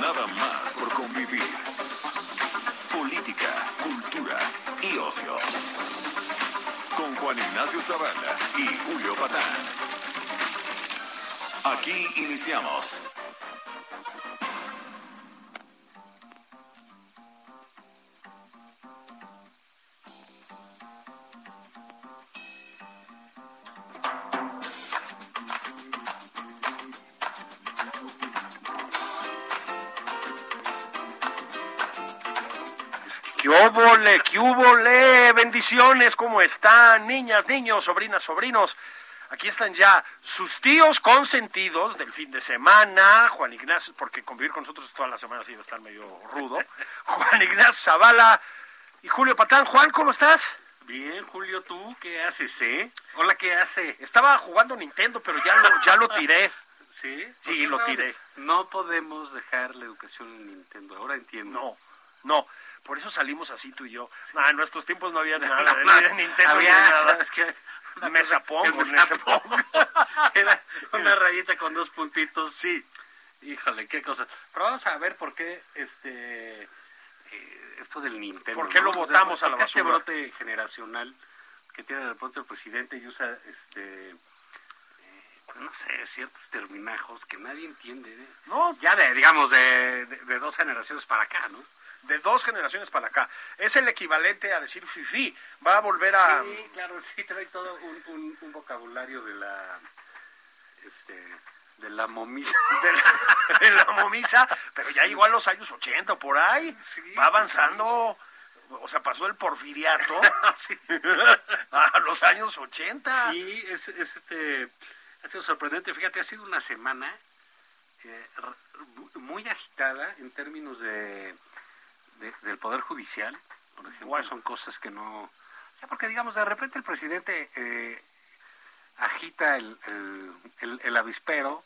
Nada más por convivir. Política, cultura y ocio. Con Juan Ignacio Zavala y Julio Patán. Aquí iniciamos. ¿Qué hubo le? ¿Qué hubo le? Bendiciones, ¿cómo están? Niñas, niños, sobrinas, sobrinos. Aquí están ya sus tíos consentidos del fin de semana, Juan Ignacio, porque convivir con nosotros todas las semanas iba a estar medio rudo. Juan Ignacio Zavala y Julio Patán. Juan, ¿cómo estás? Bien, Julio, ¿tú qué haces, eh? Hola, ¿qué hace? Estaba jugando Nintendo, pero ya lo, ya lo tiré. ¿Sí? Sí, ¿Por qué lo no? tiré. No podemos dejar la educación en Nintendo, ahora entiendo. No, no. Por eso salimos así tú y yo. Ah, en nuestros tiempos no había nada de Había- ni de Nintendo ni de había, nada. ¿sabes qué? Una Mesapongo, cosa- el mesapongo. Era una rayita con dos puntitos, sí. Híjole, qué cosa. Pero vamos a ver por qué este eh, esto del Nintendo. ¿Por qué lo O sea, botamos a la ¿por qué este basura? brote generacional que tiene de pronto el presidente y usa este eh, pues no sé, ciertos terminajos que nadie entiende. ¿eh? No. Ya de, digamos, de, de- de dos generaciones para acá, ¿no? de dos generaciones para acá. Es el equivalente a decir fifi. Va a volver a. Sí, claro, sí trae todo un, un- un vocabulario de la este de la momisa. De la, de la momisa, pero ya igual los años 80 o por ahí. Sí, pues va avanzando. O sea, pasó el porfiriato sí. a los años 80. Sí, es, es, este ha sido sorprendente, fíjate, ha sido una semana eh, r- muy agitada en términos de, de- del poder judicial, por ejemplo, son cosas que no, o sea, porque digamos de repente el presidente eh, agita el, el, el- el avispero,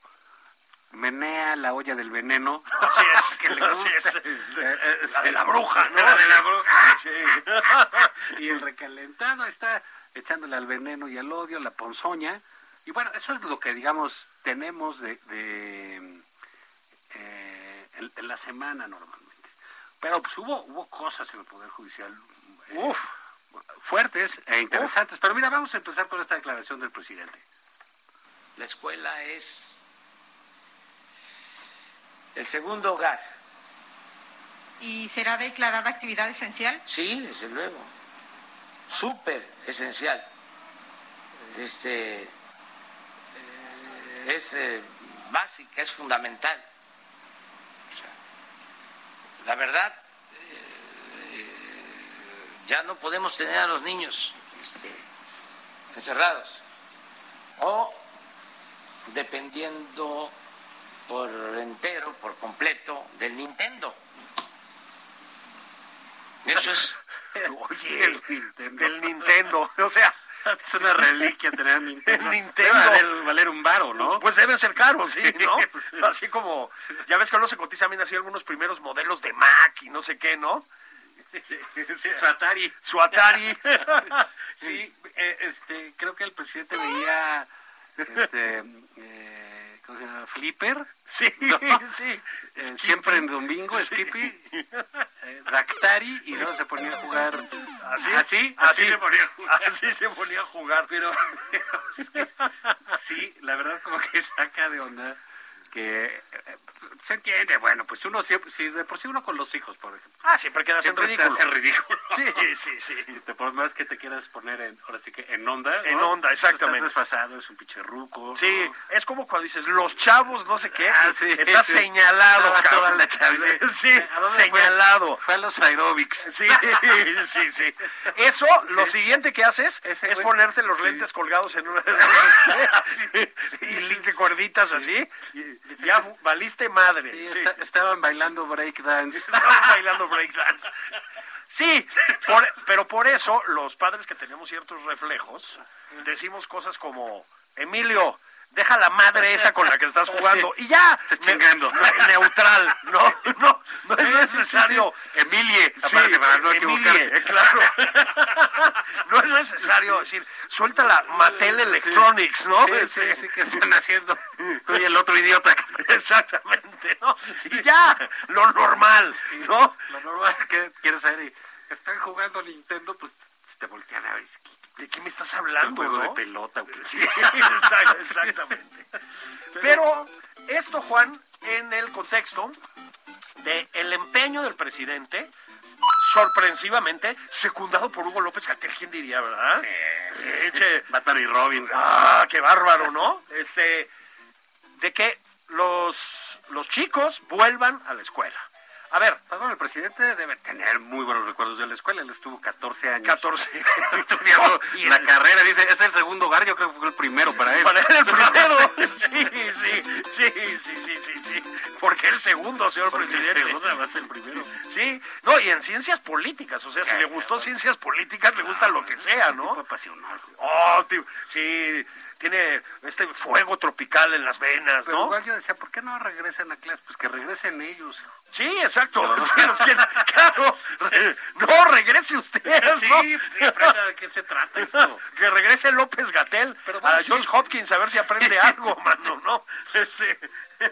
menea la olla del veneno, Así es, que le así gusta, es. eh, eh, La de la bruja, ¿no? La de la Sí. bruja. Sí. Ah, y el recalentado está echándole al veneno y al odio, la ponzoña. Y bueno, eso es lo que, digamos, tenemos de, de, eh, en, en la semana normalmente. Pero pues, hubo, hubo cosas en el Poder Judicial eh, Uf. fuertes e interesantes. Pero mira, vamos a empezar con esta declaración del presidente. La escuela es el segundo hogar. y será declarada actividad esencial. Sí, desde luego. Súper esencial. Este eh, es eh, básica, es fundamental. O sea, la verdad, eh, ya no podemos tener a los niños este, encerrados o dependiendo por entero, por completo del Nintendo. Eso es Oye, El Nintendo. del Nintendo. O sea, Es una reliquia tener Nintendo. El Nintendo. Debe valer, valer un varo, ¿no? Pues deben ser caros, sí, Sí, pues sí. ¿no? Así como, ya ves que no se cotizan bien así algunos primeros modelos de Mac y no sé qué, ¿no? Sí, su Atari. Su Atari. Sí, eh, este, creo que el presidente veía este, eh, ¿cómo se llama? Flipper. Sí, ¿no? sí. Eh, Skippy. siempre en domingo, Skippy, eh, Ractari, y luego se ponía a jugar ¿Ah, Así, así, así, se ponía a jugar. Así se ponía a jugar. Pero es que sí, la verdad como que saca de onda que eh, se entiende, bueno, pues uno siempre, si de por sí uno con los hijos, por ejemplo, Ah, siempre quedas en siempre ridículo. te hace ridículo. Sí, sí, sí. Te- por más que te quieras poner en, ahora sí que en onda. ¿no? En onda, exactamente. Estás desfasado, es un picherruco. Sí, es como cuando dices, los chavos, no sé qué, Ah, sí, está sí. señalado, Estaba toda cabrón. la chaviza. Sí, ¿A dónde fue? señalado. Fue a los aeróbics. Sí, sí, sí. Eso, lo siguiente que haces Ese es güey- ponerte los sí. lentes colgados en una de esas. ¿eh? gritas así, y- ya fu- valiste madre. Sí, sí. esta- estaban bailando breakdance. Estaban bailando breakdance. Sí, por- pero por eso los padres que tenemos ciertos reflejos decimos cosas como, Emilio, deja la madre esa con la que estás jugando y ya, Estás ne- chingando. ne- neutral, no, no, no es necesario. Emilie, Sí, aparte, para no Emilie, eh, equivocarte. claro. No es necesario decir, suelta la Mattel Electronics, ¿no? Sí, sí, Este, sí, que están haciendo. Tú y el otro idiota. Exactamente, ¿no? Y ya, lo normal, ¿no? Lo normal que quieres saber. y Están jugando a Nintendo, pues te voltean a ver. Es que ¿De qué me estás un hablando, juego de no? pelota. o qué Sí, chingados. exact- exactamente. Pero esto, Juan, en el contexto de el empeño del presidente, sorpresivamente, secundado por Hugo López Gatel, ¿quién diría, verdad? Eche, Batman y Robin. ah, qué bárbaro, ¿no? Este, de que los, los chicos vuelvan a la escuela. A ver, Pues bueno, el presidente debe tener muy buenos recuerdos de la escuela. Él estuvo 14 años. 14. Estudiando Y la el- carrera. Dice, es el segundo hogar. Yo creo que fue el primero para él. Para él el primero. ¿eh? Sí, sí, sí, sí, sí, sí, sí. Porque el segundo, señor Porque presidente. el segundo, además, el primero. Sí, no, y en ciencias políticas. O sea, si le gustó ciencias políticas, le gusta lo que sea, Ese tipo ¿no? apasionado. Oh, tío, sí, tiene este fuego tropical en las venas, Pero ¿no? igual yo decía, ¿por qué no regresan a clase? Pues que regresen ellos. hijo. Sí, exacto. Sí, nos quiere- claro. Re- No, regrese usted. ¿no? pues de qué se trata que regrese López Gatel Pero bueno, a sí. Johns Hopkins a ver si aprende algo, mano, ¿no? Este.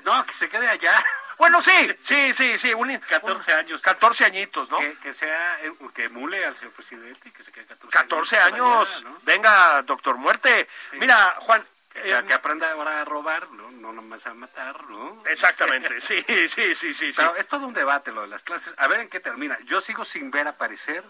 No, que se quede allá. Bueno, sí, sí, sí, sí. Un, 14 un- años. 14 añitos, ¿no? Que, que sea, eh, que emule al señor presidente y que se quede 14 14 por años. allá, ¿no? Venga, doctor Muerte. Mira, Juan. Que, eh, que aprenda ahora a robar, ¿no? No nomás a matar, ¿no? exactamente, sí, sí, sí, sí. sí. Pero es todo un debate lo de las clases. A ver en qué termina. Yo sigo sin ver aparecer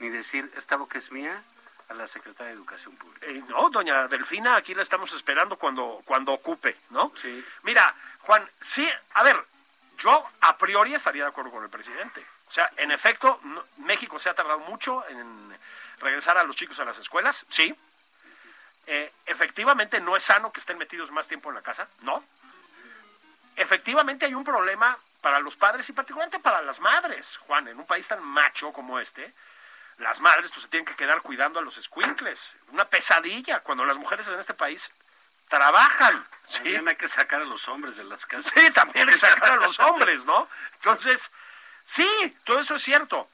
ni decir esta boca es mía a la secretaria de Educación Pública. Eh, no, doña Delfina, aquí la estamos esperando cuando, cuando ocupe, ¿no? Sí. Mira, Juan, sí, a ver, yo a priori estaría de acuerdo con el presidente. O sea, en efecto, no- México se ha tardado mucho en regresar a los chicos a las escuelas, sí. Eh, efectivamente, no es sano que estén metidos más tiempo en la casa, no. Efectivamente, hay un problema para los padres y particularmente para las madres, Juan, en un país tan macho como este las madres pues se tienen que quedar cuidando a los escuincles. Una pesadilla cuando las mujeres en este país trabajan. Sí, También hay que sacar a los hombres de las casas. Sí, también hay que sacar a los hombres, ¿no? Entonces, sí, todo eso es cierto.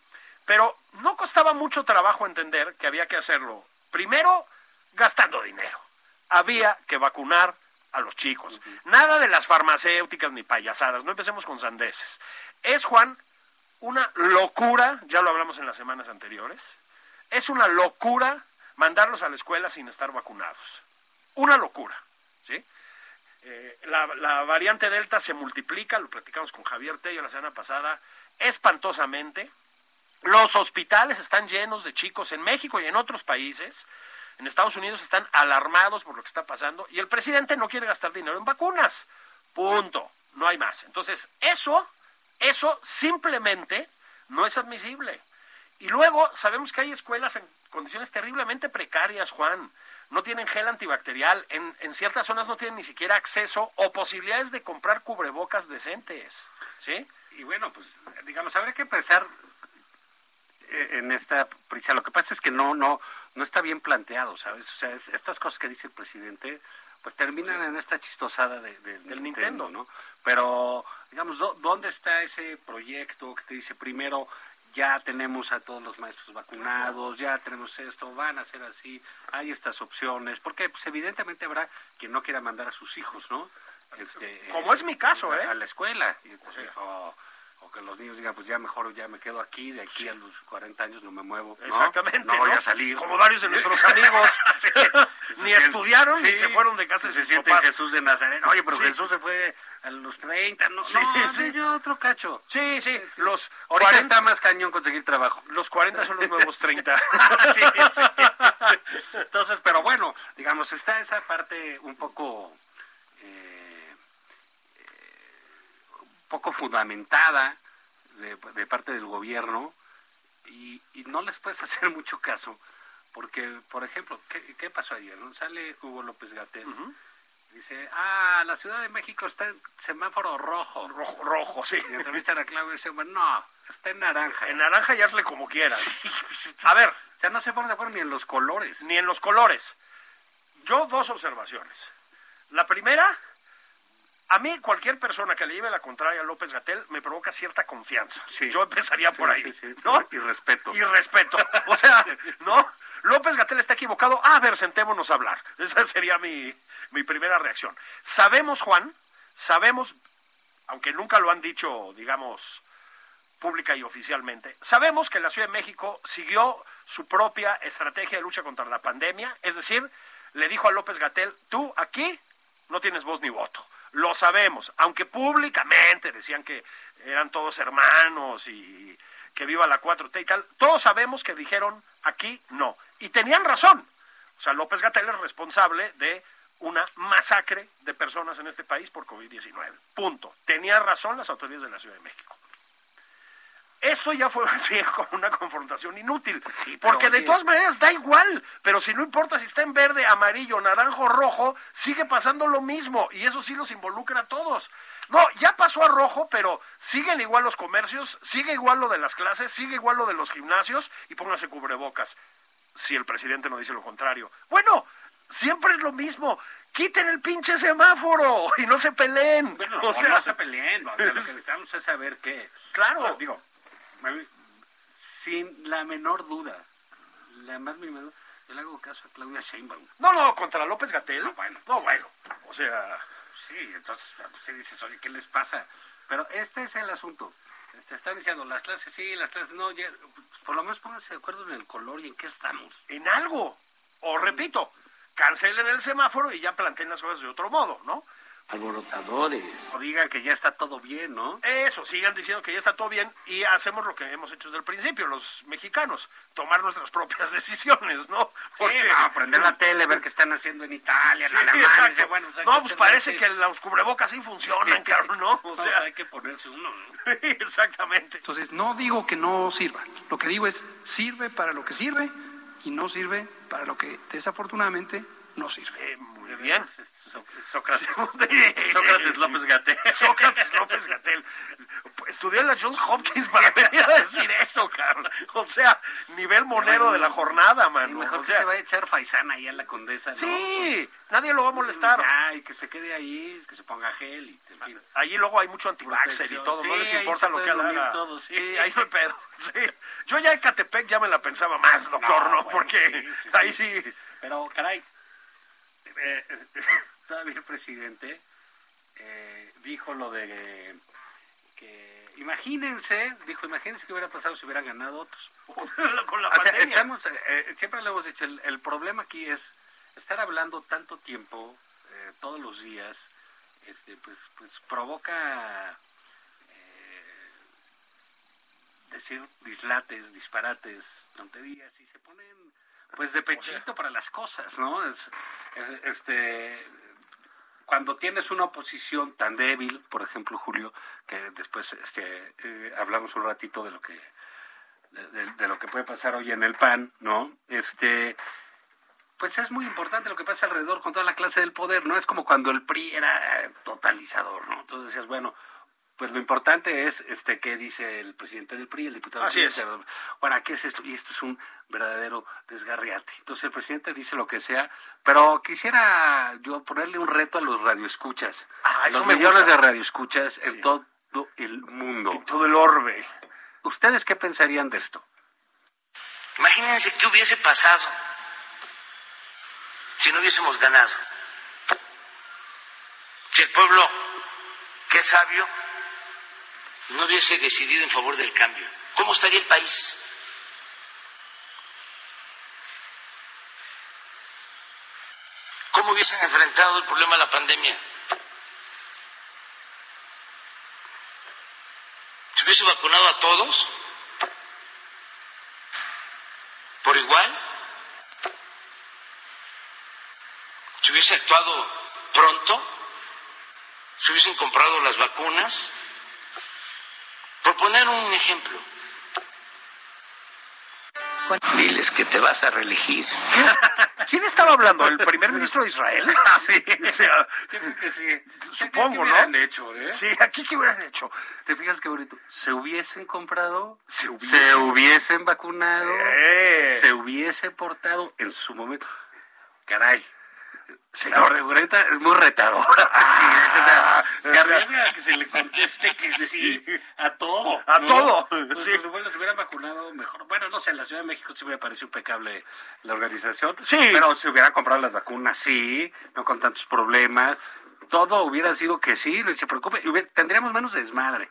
Pero no costaba mucho trabajo entender que había que hacerlo. Primero, gastando dinero. Había que vacunar a los chicos. Nada de las farmacéuticas ni payasadas. No empecemos con sandeces. Es, Juan, una locura, ya lo hablamos en las semanas anteriores, es una locura mandarlos a la escuela sin estar vacunados. Una locura, ¿sí? Eh, la, la variante Delta se multiplica, lo platicamos con Javier Tello la semana pasada, espantosamente. Los hospitales están llenos de chicos en México y en otros países. En Estados Unidos están alarmados por lo que está pasando y el presidente no quiere gastar dinero en vacunas. Punto. No hay más. Entonces, eso, eso simplemente no es admisible. Y luego sabemos que hay escuelas en condiciones terriblemente precarias, Juan. No tienen gel antibacterial. En, en ciertas zonas no tienen ni siquiera acceso o posibilidades de comprar cubrebocas decentes. ¿Sí? Y bueno, pues digamos, habrá que empezar eh, en esta prisa. Lo que pasa es que no, no, no está bien planteado, ¿sabes? O sea, es- estas cosas que dice el presidente, pues terminan en esta chistosada de, de- Del Nintendo. ¿no? Pero, digamos, ¿dó- ¿dónde está ese proyecto que te dice primero? Ya tenemos a todos los maestros vacunados, ya tenemos esto, van a ser así, hay estas opciones, porque pues, evidentemente habrá quien no quiera mandar a sus hijos, ¿no? Este, Como es mi caso, a- ¿eh? a la escuela. Y entonces, o, o que los niños digan, pues ya mejor ya me quedo aquí, de aquí a los 40 años no me muevo. ¿no? Exactamente. No, voy a salir. Como varios de nuestros amigos. Sí. Ni Se sien- estudiaron ni sí. se fueron de casa de Se sus sienten papás. Jesús de Nazaret. Oye, pero Sí. Jesús se fue a los 30. No, Sí, no, sí. yo otro cacho. Sí, sí. Los Ahorita 40, está más cañón conseguir trabajo. los 40 son los nuevos 30. Sí, sí. Entonces, pero bueno, digamos, está esa parte un poco, eh, eh, un poco fundamentada de, de parte del gobierno y, y no les puedes hacer mucho caso. Porque, por ejemplo, ¿qué, qué pasó ayer? no? Sale Hugo López Gatel Dice, ah, la Ciudad de México está en semáforo rojo. Rojo, rojo, sí. Y entrevistan a Claudio y dice, bueno, no, está en naranja. En naranja y hazle como quieras. A ver, O sea, no se ponen de acuerdo ni en los colores. ni en los colores. Yo dos observaciones. La primera, a mí cualquier persona que le lleve la contraria a López Gatel me provoca cierta confianza. Sí. Yo empezaría Sí, por ahí. sí, sí. ¿no? Y respeto. Y respeto. O sea, ¿no? López Gatel está equivocado. A ver, sentémonos a hablar. Esa sería mi, mi primera reacción. Sabemos, Juan, sabemos, aunque nunca lo han dicho, digamos, pública y oficialmente. Sabemos que la Ciudad de México siguió su propia estrategia de lucha contra la pandemia, es decir, le dijo a López Gatel, tú aquí no tienes voz ni voto. Lo sabemos, aunque públicamente decían que eran todos hermanos y que viva la 4T y tal, todos sabemos que dijeron aquí no. Y tenían razón. O sea, López Gatel es responsable de una masacre de personas en este país por COVID-19. Punto. Tenía razón las autoridades de la Ciudad de México. Esto ya fue más bien como una confrontación inútil. Pues Sí, pero porque de oye. todas maneras da igual. Pero si no importa si está en verde, amarillo, naranjo, rojo, sigue pasando lo mismo. Y eso sí los involucra a todos. No, ya pasó a rojo, pero siguen igual los comercios, sigue igual lo de las clases, sigue igual lo de los gimnasios y pónganse cubrebocas si el presidente no dice lo contrario. Bueno, siempre es lo mismo. Quiten el pinche semáforo y no se peleen. Bueno, O no, sea, no se peleen. o sea, lo que necesitamos es saber que... Claro. Bueno, digo, a mí, sin la menor duda, la más mínima duda, yo le hago caso a Claudia Sheinbaum. no, no, contra López Gatel. No, Ah, bueno. no, bueno. O sea, Sí, entonces se dices, oye, ¿qué les pasa? Pero este es el asunto. Te están diciendo, las clases sí, las clases no. ya, por lo menos pónganse de acuerdo en el color y en qué estamos. en algo. O repito, cancelen el semáforo y ya planteen las cosas de otro modo, ¿no? Alborotadores. O digan que ya está todo bien, ¿no? Eso, sigan diciendo que ya está todo bien y hacemos lo que hemos hecho desde el principio, los mexicanos, tomar nuestras propias decisiones, ¿no? Porque no, prender la tele, ver qué están haciendo en Italia, Sí, en Alemania. exacto. dice, bueno, hay no, que pues hacer parece lo que los cubrebocas sí funcionan, cabrón, ¿no? O No, sea, hay que ponerse uno, ¿no? exactamente. Entonces, no digo que no sirva. Lo que digo es, sirve para lo que sirve y no sirve para lo que desafortunadamente no sirve. Eh, muy bien. So- Sócrates. Sócrates López Gatel. Sócrates López Gatel. Estudió en la Johns Hopkins para venir a decir eso, cabrón. O sea, nivel monero de la jornada, Sí, mano. mejor o que sea, se vaya a echar faisana ahí a la condesa, ¿no? sí, nadie lo va a molestar. Ay, que se quede ahí, que se ponga gel y en fin. Allí luego hay mucho antivaxer y Protección. todo, no Sí, les ahí importa se lo que pueden unir haga. todos, sí. ahí no hay pedo. sí. Yo ya en Catepec ya me la pensaba más, doctor, ¿no? bueno, Porque sí, sí, ahí sí. sí. Pero, caray, eh, eh, todavía el presidente eh, dijo lo de que, imagínense, dijo, imagínense qué hubiera pasado si hubieran ganado otros. con la O sea, pandemia. estamos, eh, siempre lo hemos dicho, el, el problema aquí es estar hablando tanto tiempo, eh, todos los días, este, pues, pues provoca eh, decir dislates, disparates, tonterías, y se ponen pues de pechito para las cosas, ¿no? Es, es- este cuando tienes una oposición tan débil, por ejemplo, Julio, que después este, eh, hablamos un ratito de lo que de, de- de lo que puede pasar hoy en el PAN, ¿no? Este, pues es muy importante lo que pasa alrededor con toda la clase del poder, ¿no? Es como cuando el PRI era eh, totalizador, ¿no? Entonces decías, bueno, pues lo importante es este qué dice el presidente del PRI, el diputado Así del es. PRI, etcétera. Ahora, ¿qué es esto? Y esto es un verdadero desgarriate. Entonces el presidente dice lo que sea, pero quisiera yo ponerle un reto a los radioescuchas. Ah, a eso los me millones gusta. de radioescuchas en todo el mundo. Todo el orbe. ¿Ustedes qué pensarían de esto? Imagínense qué hubiese pasado si no hubiésemos ganado. Si el pueblo, que es sabio, no hubiese decidido en favor del cambio. ¿Cómo estaría el país? ¿Cómo hubiesen enfrentado el problema de la pandemia? ¿Se hubiese vacunado a todos? por igual, si hubiese actuado pronto, si hubiesen comprado las vacunas, por poner un ejemplo. Diles que te vas a reelegir. ¿Quién estaba hablando? ¿El primer ministro de Israel? sí, O sea, yo creo que sí. ¿Qué Supongo, hubieran ¿no? hecho, eh? Sí, aquí qué hubieran hecho. ¿Te fijas qué bonito? Se hubiesen comprado, Se se hubiesen- hubiesen, vacunado, Eh. se hubiese portado en su momento. Caray, la Señor, regureta es muy retadora. Sí, o sea, o se sea- arriesga a que se le conteste que sí a todo. A ¿no? todo, Pues, sí. pues, bueno, se hubieran vacunado mejor. Bueno, no sé, en la Ciudad de México sí me pareció impecable la organización. Sí. Pero se hubiera comprado las vacunas, sí, no con tantos problemas. Todo hubiera sido que sí, no se preocupe. y hubiera- tendríamos menos desmadre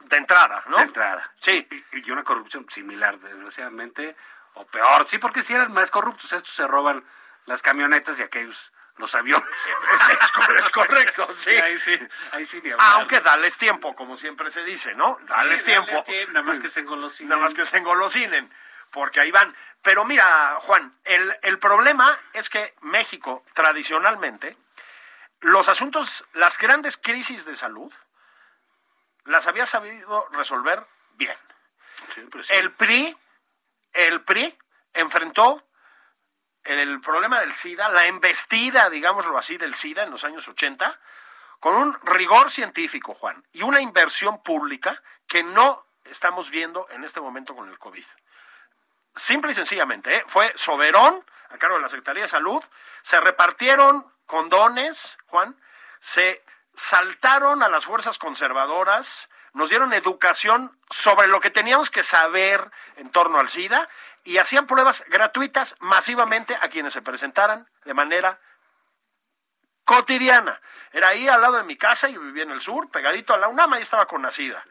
de entrada, ¿no? de entrada. Sí. Y, y una corrupción similar, desgraciadamente, o peor. Sí, porque si eran más corruptos, estos se roban las camionetas y aquellos los aviones. Es co- es correcto, sí. Ahí sí, ahí sí ni hablar. Aunque Ah, dales tiempo, como siempre se dice, ¿no? Sí, Dales tiempo. Nada más que se engolosinen. Nada más que se engolosinen, porque ahí van. Pero mira, Juan, el, el problema es que México, tradicionalmente, los asuntos, las grandes crisis de salud, las había sabido resolver bien. Sí, pues sí. El PRI, el PRI enfrentó el problema del SIDA, la embestida, digámoslo así, del SIDA en los años 80, con un rigor científico, Juan, y una inversión pública que no estamos viendo en este momento con el COVID. Simple y sencillamente, ¿eh? fue Soberón, a cargo de la Secretaría de Salud, se repartieron condones, Juan, se saltaron a las fuerzas conservadoras, nos dieron educación sobre lo que teníamos que saber en torno al SIDA y hacían pruebas gratuitas masivamente a quienes se presentaran de manera cotidiana. Era ahí al lado de mi casa, yo vivía en el sur, pegadito a la UNAM, ahí estaba con nacida.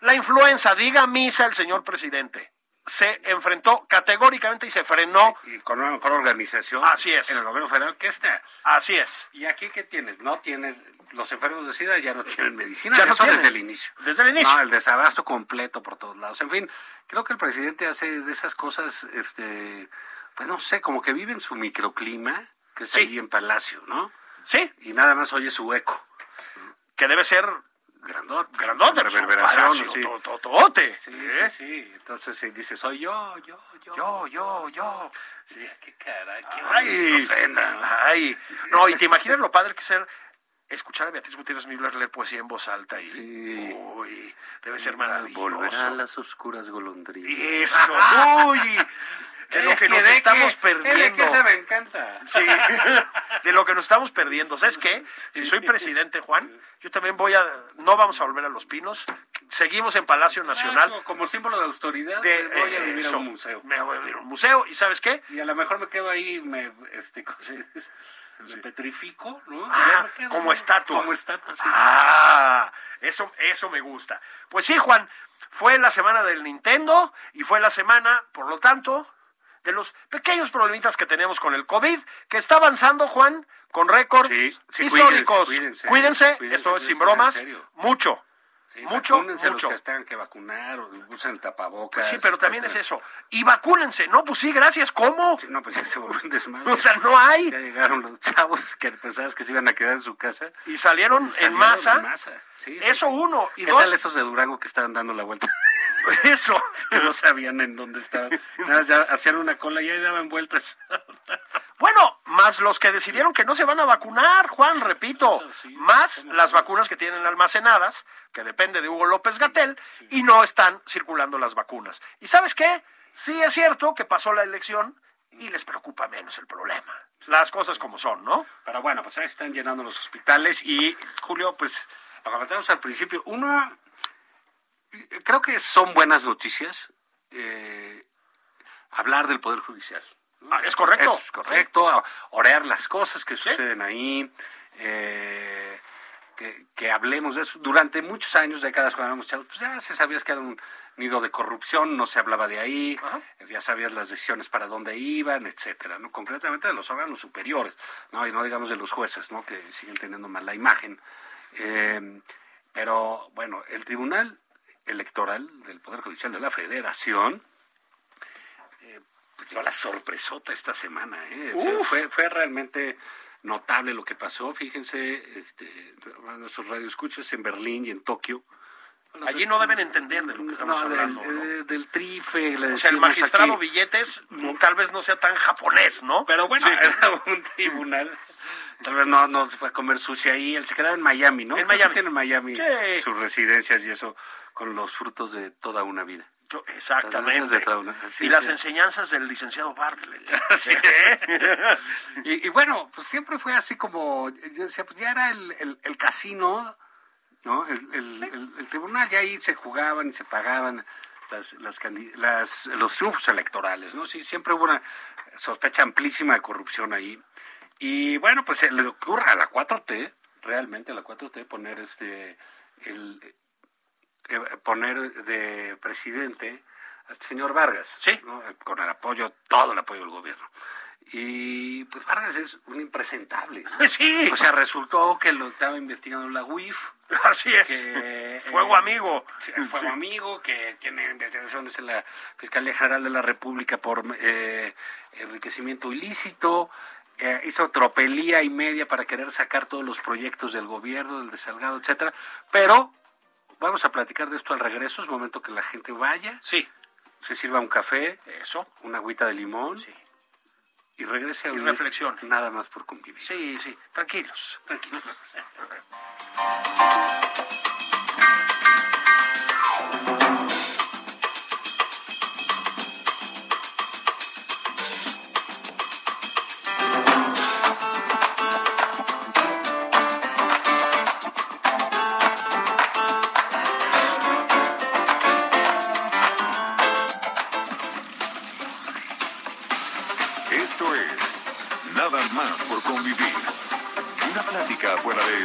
La influenza, diga misa el señor presidente, se enfrentó categóricamente y se frenó. Y con una mejor organización. Así es. En el gobierno federal que está. Así es. ¿Y aquí qué tienes? No tienes. Los enfermos de SIDA ya no tienen medicina. Ya no Eso tienen. desde el inicio. Desde el inicio. No, el desabasto completo por todos lados. En fin, creo que el presidente hace de esas cosas, este, pues no sé, como que vive en su microclima, que es Sí. ahí en Palacio, ¿no? Sí, Y nada más oye su eco. que debe ser Grandote. grandote, pues, reverberación, reverberación, sí. totote. Sí, ¿eh? sí, sí. Entonces eh, dice, soy yo, yo, yo. Yo, yo, yo. Sí, qué caray, qué Ay, bonito suena, ¿no? ay. No, y te imaginas lo padre que ser escuchar a Beatriz Gutiérrez Müller leer poesía en voz alta y Sí. uy, debe ser Volverán maravilloso. las oscuras golondrinas. Eso, uy, de lo que Es nos de estamos que- es de que perdiendo. esa me encanta. Sí, de lo que nos estamos perdiendo. ¿Sabes qué? Si soy presidente, Juan, yo también voy a, no vamos a volver a Los Pinos, seguimos en Palacio Nacional. Claro, Ah, como símbolo de autoridad, De, me voy a vivir eso, a un museo. Me voy a vivir a un museo, y ¿sabes qué? Y a lo mejor me quedo ahí, me, este, ¿cómo se dice? me petrifico, ¿no? Ah, Me quedo, como ¿no? estatua. Como estatua, sí. Ah, eso, eso me gusta. Pues sí, Juan, fue la semana del Nintendo y fue la semana, por lo tanto, de los pequeños problemitas que tenemos con el COVID, que está avanzando, Juan, con récords Sí, sí, históricos. cuídense, cuídense, cuídense, esto es sin cuídense, bromas, en serio. mucho. Sí, mucho, vacúnense mucho. los que tengan que vacunar o usen Pues tapabocas. sí, pero también es etcétera. eso. Y vacúnense. No, pues sí, gracias. ¿Cómo? Sí, No, pues ya se volvió un desmadre. O sea, no hay. Ya llegaron los chavos que pensabas que se iban a quedar en su casa. Y salieron, en masa. en masa. Sí, sí, Eso sí. uno. Y ¿Qué dos, tal esos de Durango que estaban dando la vuelta? eso. que no sabían en dónde estaban. Nada, más ya hacían una cola y ahí daban vueltas. Bueno, más los que decidieron que no se van a vacunar, Juan, repito, Eso sí, más ¿cómo las crees? vacunas que tienen almacenadas, que depende de Hugo López Gatel, y no están circulando las vacunas. ¿Y sabes qué? Sí es cierto que pasó la elección y les preocupa menos el problema. Las cosas como son, ¿no? Pero bueno, pues ahí están llenando los hospitales y Julio, pues lo comentamos al principio. Uno, creo que son buenas noticias eh, hablar del Poder Judicial. Ah, es correcto. Es correcto, a- orear las cosas que suceden ahí, eh, que, que hablemos de eso. Durante muchos años, décadas, cuando éramos chavos, pues ya se sabías que era un nido de corrupción, no se hablaba de ahí, Ajá. ya sabías las decisiones para dónde iban, etcétera, ¿no? Concretamente de los órganos superiores, ¿no? Y no digamos de los jueces, ¿no? Que siguen teniendo mala imagen. Eh, pero, bueno, el Tribunal Electoral del Poder Judicial de la Federación pues dio la sorpresota esta semana. ¿eh? O sea, fue, fue realmente notable lo que pasó. Fíjense, este, a nuestros radioescuchas en Berlín y en Tokio, Allí no deben entender de lo que estamos No, del- hablando. ¿no? eh, del trife, le O sea, el decimos magistrado aquí. Billetes mm, tal vez no sea tan japonés, ¿no? Pero bueno, Sí. era un tribunal. Tal vez no, no se fue a comer sushi ahí. Él se quedaba en Miami, ¿no? En Creo que Miami. Tiene en Miami Sí. sus residencias y eso con los frutos de toda una vida. Yo- Las danzas de exactamente. Trauna, así y las es. enseñanzas del licenciado Bartlett. Y, y bueno, pues siempre fue así como, yo decía, pues ya era el, el- el casino, ¿no? El, el- el- el tribunal, ya ahí se jugaban y se pagaban las, las, candi- las- los triunfos electorales, ¿no? Sí, siempre hubo una sospecha amplísima de corrupción ahí. Y bueno, pues se le ocurre a la 4T, realmente a la 4T, poner este, el, eh, poner de presidente al señor Vargas, Sí. ¿no? Eh, con el apoyo, todo el apoyo del gobierno. Y pues Vargas es un impresentable. ¿no? sí, O sea, resultó que lo estaba investigando la UIF, así es. que... Fuego eh, amigo. que Fue un amigo que tiene investigaciones en la Fiscalía General de la República por eh, enriquecimiento ilícito. eh, hizo tropelía y media para querer sacar todos los proyectos del gobierno, del de Salgado, etcétera. Pero vamos a platicar de esto al regreso. Es momento que la gente vaya, Sí, se sirva un café, eso. una agüita de limón Sí. y regrese a oír reflexione. Nada más por convivir. Sí, sí, tranquilos, tranquilos. Esto es Nada más por convivir. Una plática fuera de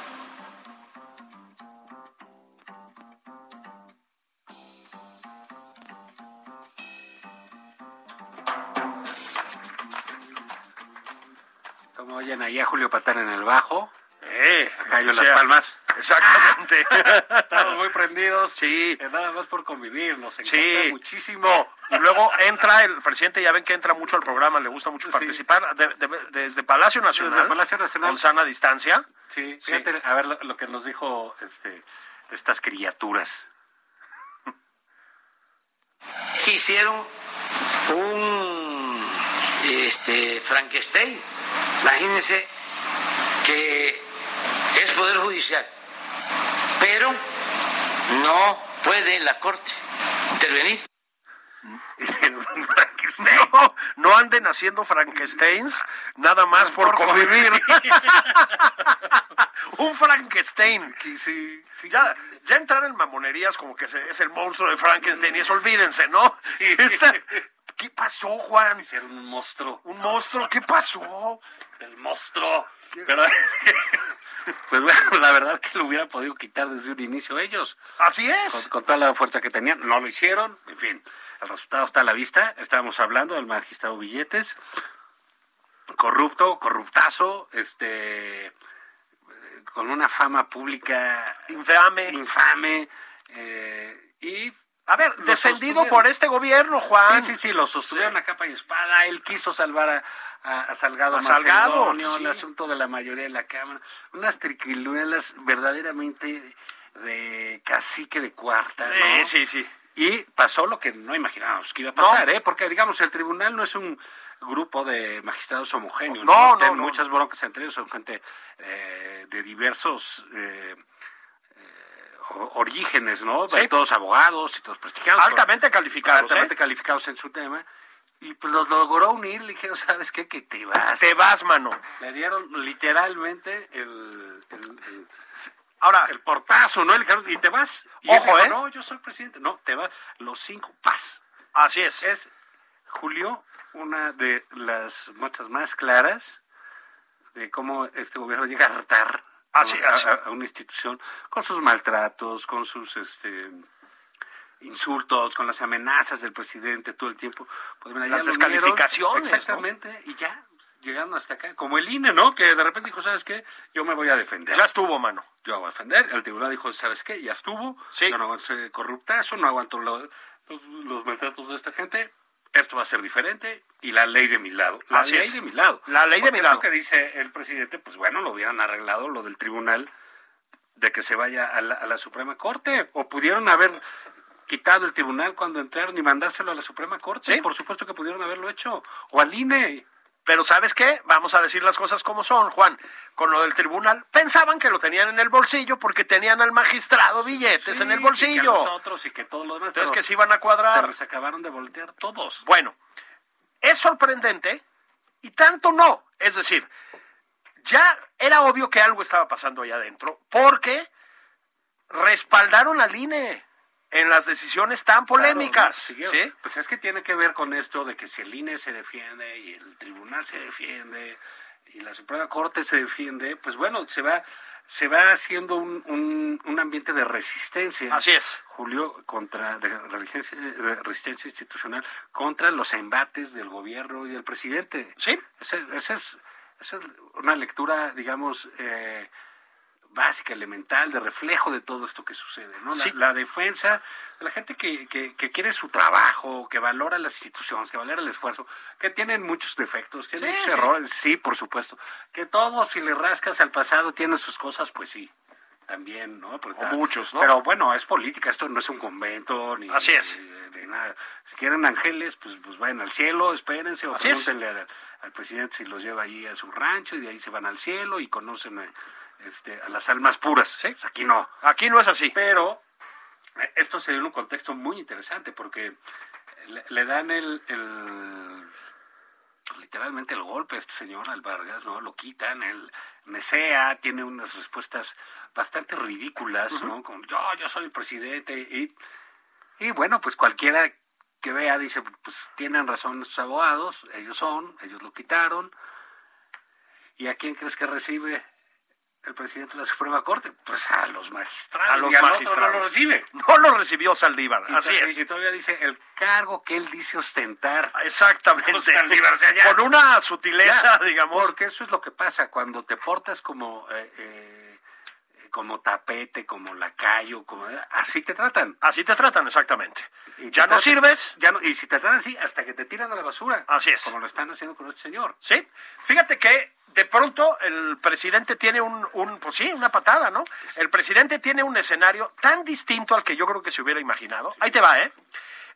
Como oyen ahí a Julio Patán en el bajo, Eh, acá yo en o sea, las palmas. Exactamente. Estamos muy prendidos. Sí. Eh, Nada más por convivir, nos encanta Sí. muchísimo. Y luego entra el presidente, ya ven que entra mucho al programa, le gusta mucho Sí. participar de- de- desde Palacio Nacional. Desde Palacio Nacional. Con sana distancia. Sí, Sí. fíjate, a ver lo, lo que nos dijo este, estas criaturas. que hicieron un este, Frankenstein. Imagínense que es poder judicial, pero no puede la Corte intervenir. No, no anden haciendo Frankensteins nada más por convivir. Un Frankenstein. Ya, ya entrar en mamonerías como que se- es el monstruo de Frankenstein y eso olvídense, ¿no? Está- ¿Qué pasó, Juan? Hicieron un monstruo. ¿Un monstruo? ¿Qué pasó? El monstruo. Pero- pues bueno, la verdad que lo hubieran podido quitar desde un inicio ellos. Así con, es. con toda la fuerza que tenían, no lo hicieron, en fin, el resultado está a la vista, estábamos hablando del magistrado Billetes, corrupto, corruptazo, este eh, con una fama pública Infame. infame, eh, y A ver, Lo defendido sostuvieron. por este gobierno, Juan. Sí, sí, sí, lo sostuvieron a capa y espada. Él quiso salvar a, a- a Salgado A Salgado, Macedonio, sí. el asunto de la mayoría de la Cámara. Unas triquiluelas verdaderamente de cacique de cuarta, ¿no? Eh, sí, sí. Y pasó lo que no imaginábamos que iba a pasar, No. ¿eh? Porque, digamos, el tribunal no es un grupo de magistrados homogéneos. No, no, Tienen no. Muchas broncas entre ellos, son gente eh, de diversos eh, eh, o- orígenes, ¿no? Sí. Todos abogados y todos prestigiados. Altamente calificados, altamente ¿eh? calificados en su tema. Y pues los logró unir, le dijeron, ¿sabes qué? Que te vas. Te vas, mano. Le dieron literalmente el- el- el Ahora, el portazo, ¿no? El Carlos, y te vas. Y él Ojo, dijo, ¿eh? No, yo soy presidente. No, te vas. Los cinco, paz. así es. Es, Julio, una de las muestras más claras de cómo este gobierno llega a hartar ¿no? Así, a, así. a- a una institución con sus maltratos, con sus este insultos, con las amenazas del presidente todo el tiempo. Pues, mira, ya Las lo unieron. descalificaciones, ¿no? Exactamente, y ya. llegando hasta acá, como el INE, ¿no? Que de repente dijo, ¿sabes qué? Yo me voy a defender. Ya estuvo, mano. Yo voy a defender. El tribunal dijo, ¿sabes qué? Ya estuvo. Sí. Yo no aguanto ese corruptazo, no aguanto lo- los, los maltratos de esta gente. Esto va a ser diferente y la ley de mi lado. La Así ley es. de mi lado. La ley de Porque mi es lado. Lo que dice el presidente, pues bueno, lo hubieran arreglado lo del tribunal de que se vaya a la, a la Suprema Corte. O pudieron haber quitado el tribunal cuando entraron y mandárselo a la Suprema Corte. Sí. Por supuesto que pudieron haberlo hecho. O al E. INE. Pero ¿sabes qué? Vamos a decir las cosas como son, Juan. Con lo del tribunal, pensaban que lo tenían en el bolsillo porque tenían al magistrado billetes en el Sí, bolsillo. Que a nosotros y que todo lo demás. Entonces, pero que se iban a cuadrar. Se les acabaron de voltear todos. Bueno, es sorprendente y tanto no. Es decir, ya era obvio que algo estaba pasando allá adentro porque respaldaron al INE en las decisiones tan polémicas. Claro, ¿no? ¿sí? Pues es que tiene que ver con esto de que si el INE se defiende y el tribunal se defiende y la Suprema Corte se defiende, pues bueno, se va se va haciendo un, un- un ambiente de resistencia. Así es. Julio, contra de resistencia, de resistencia institucional contra los embates del gobierno y del presidente. Sí. Ese- Esa es, esa es una lectura, digamos, eh, básica, elemental, de reflejo de todo esto que sucede. ¿no? La, Sí. la defensa de la gente que, que- que quiere su trabajo, que valora las instituciones, que valora el esfuerzo, que tienen muchos defectos, tienen Sí, muchos sí. errores, sí, por supuesto. Que todo, si le rascas al pasado, tiene sus cosas, pues sí. También, ¿no? Pues, O muchos, ¿no? Pero bueno, es política, esto no es un convento, ni, Así es. ni- ni nada. Si quieren ángeles, pues, pues vayan al cielo, espérense, o Así es. pregúntenle al, al presidente si los lleva ahí a su rancho y de ahí se van al cielo y conocen a, este, a las almas puras. Pues aquí no. Aquí no es así. Pero eh, esto se dio en un contexto muy interesante porque eh, le, le dan el, el- literalmente el golpe a este señor al Vargas, ¿no? Lo quitan, él mesea, tiene unas respuestas bastante ridículas, ¿no? Como yo, yo soy el presidente y, y bueno, pues cualquiera que vea dice, pues tienen razón nuestros abogados, ellos son, ellos lo quitaron. ¿Y a quién crees que recibe el presidente de la Suprema Corte? Pues a los magistrados. A los y al otro magistrados. no lo recibe. No lo recibió Saldívar. Y Así to- es. Y todavía dice el cargo que él dice ostentar. Exactamente. O sea, Saldívar, o sea, ya. Con una sutileza, Ya, digamos. Porque eso es lo que pasa cuando te portas como, eh, eh, como tapete, como lacayo, como, así te tratan. Así te tratan, exactamente. Y te Ya no tratan- sirves. Ya no, y si te tratan así, hasta que te tiran a la basura. Así es. Como lo están haciendo con este señor. Sí. Fíjate que de pronto el presidente tiene un, un, pues sí, una patada, ¿no? El presidente tiene un escenario tan distinto al que yo creo que se hubiera imaginado. Ahí te va, ¿eh?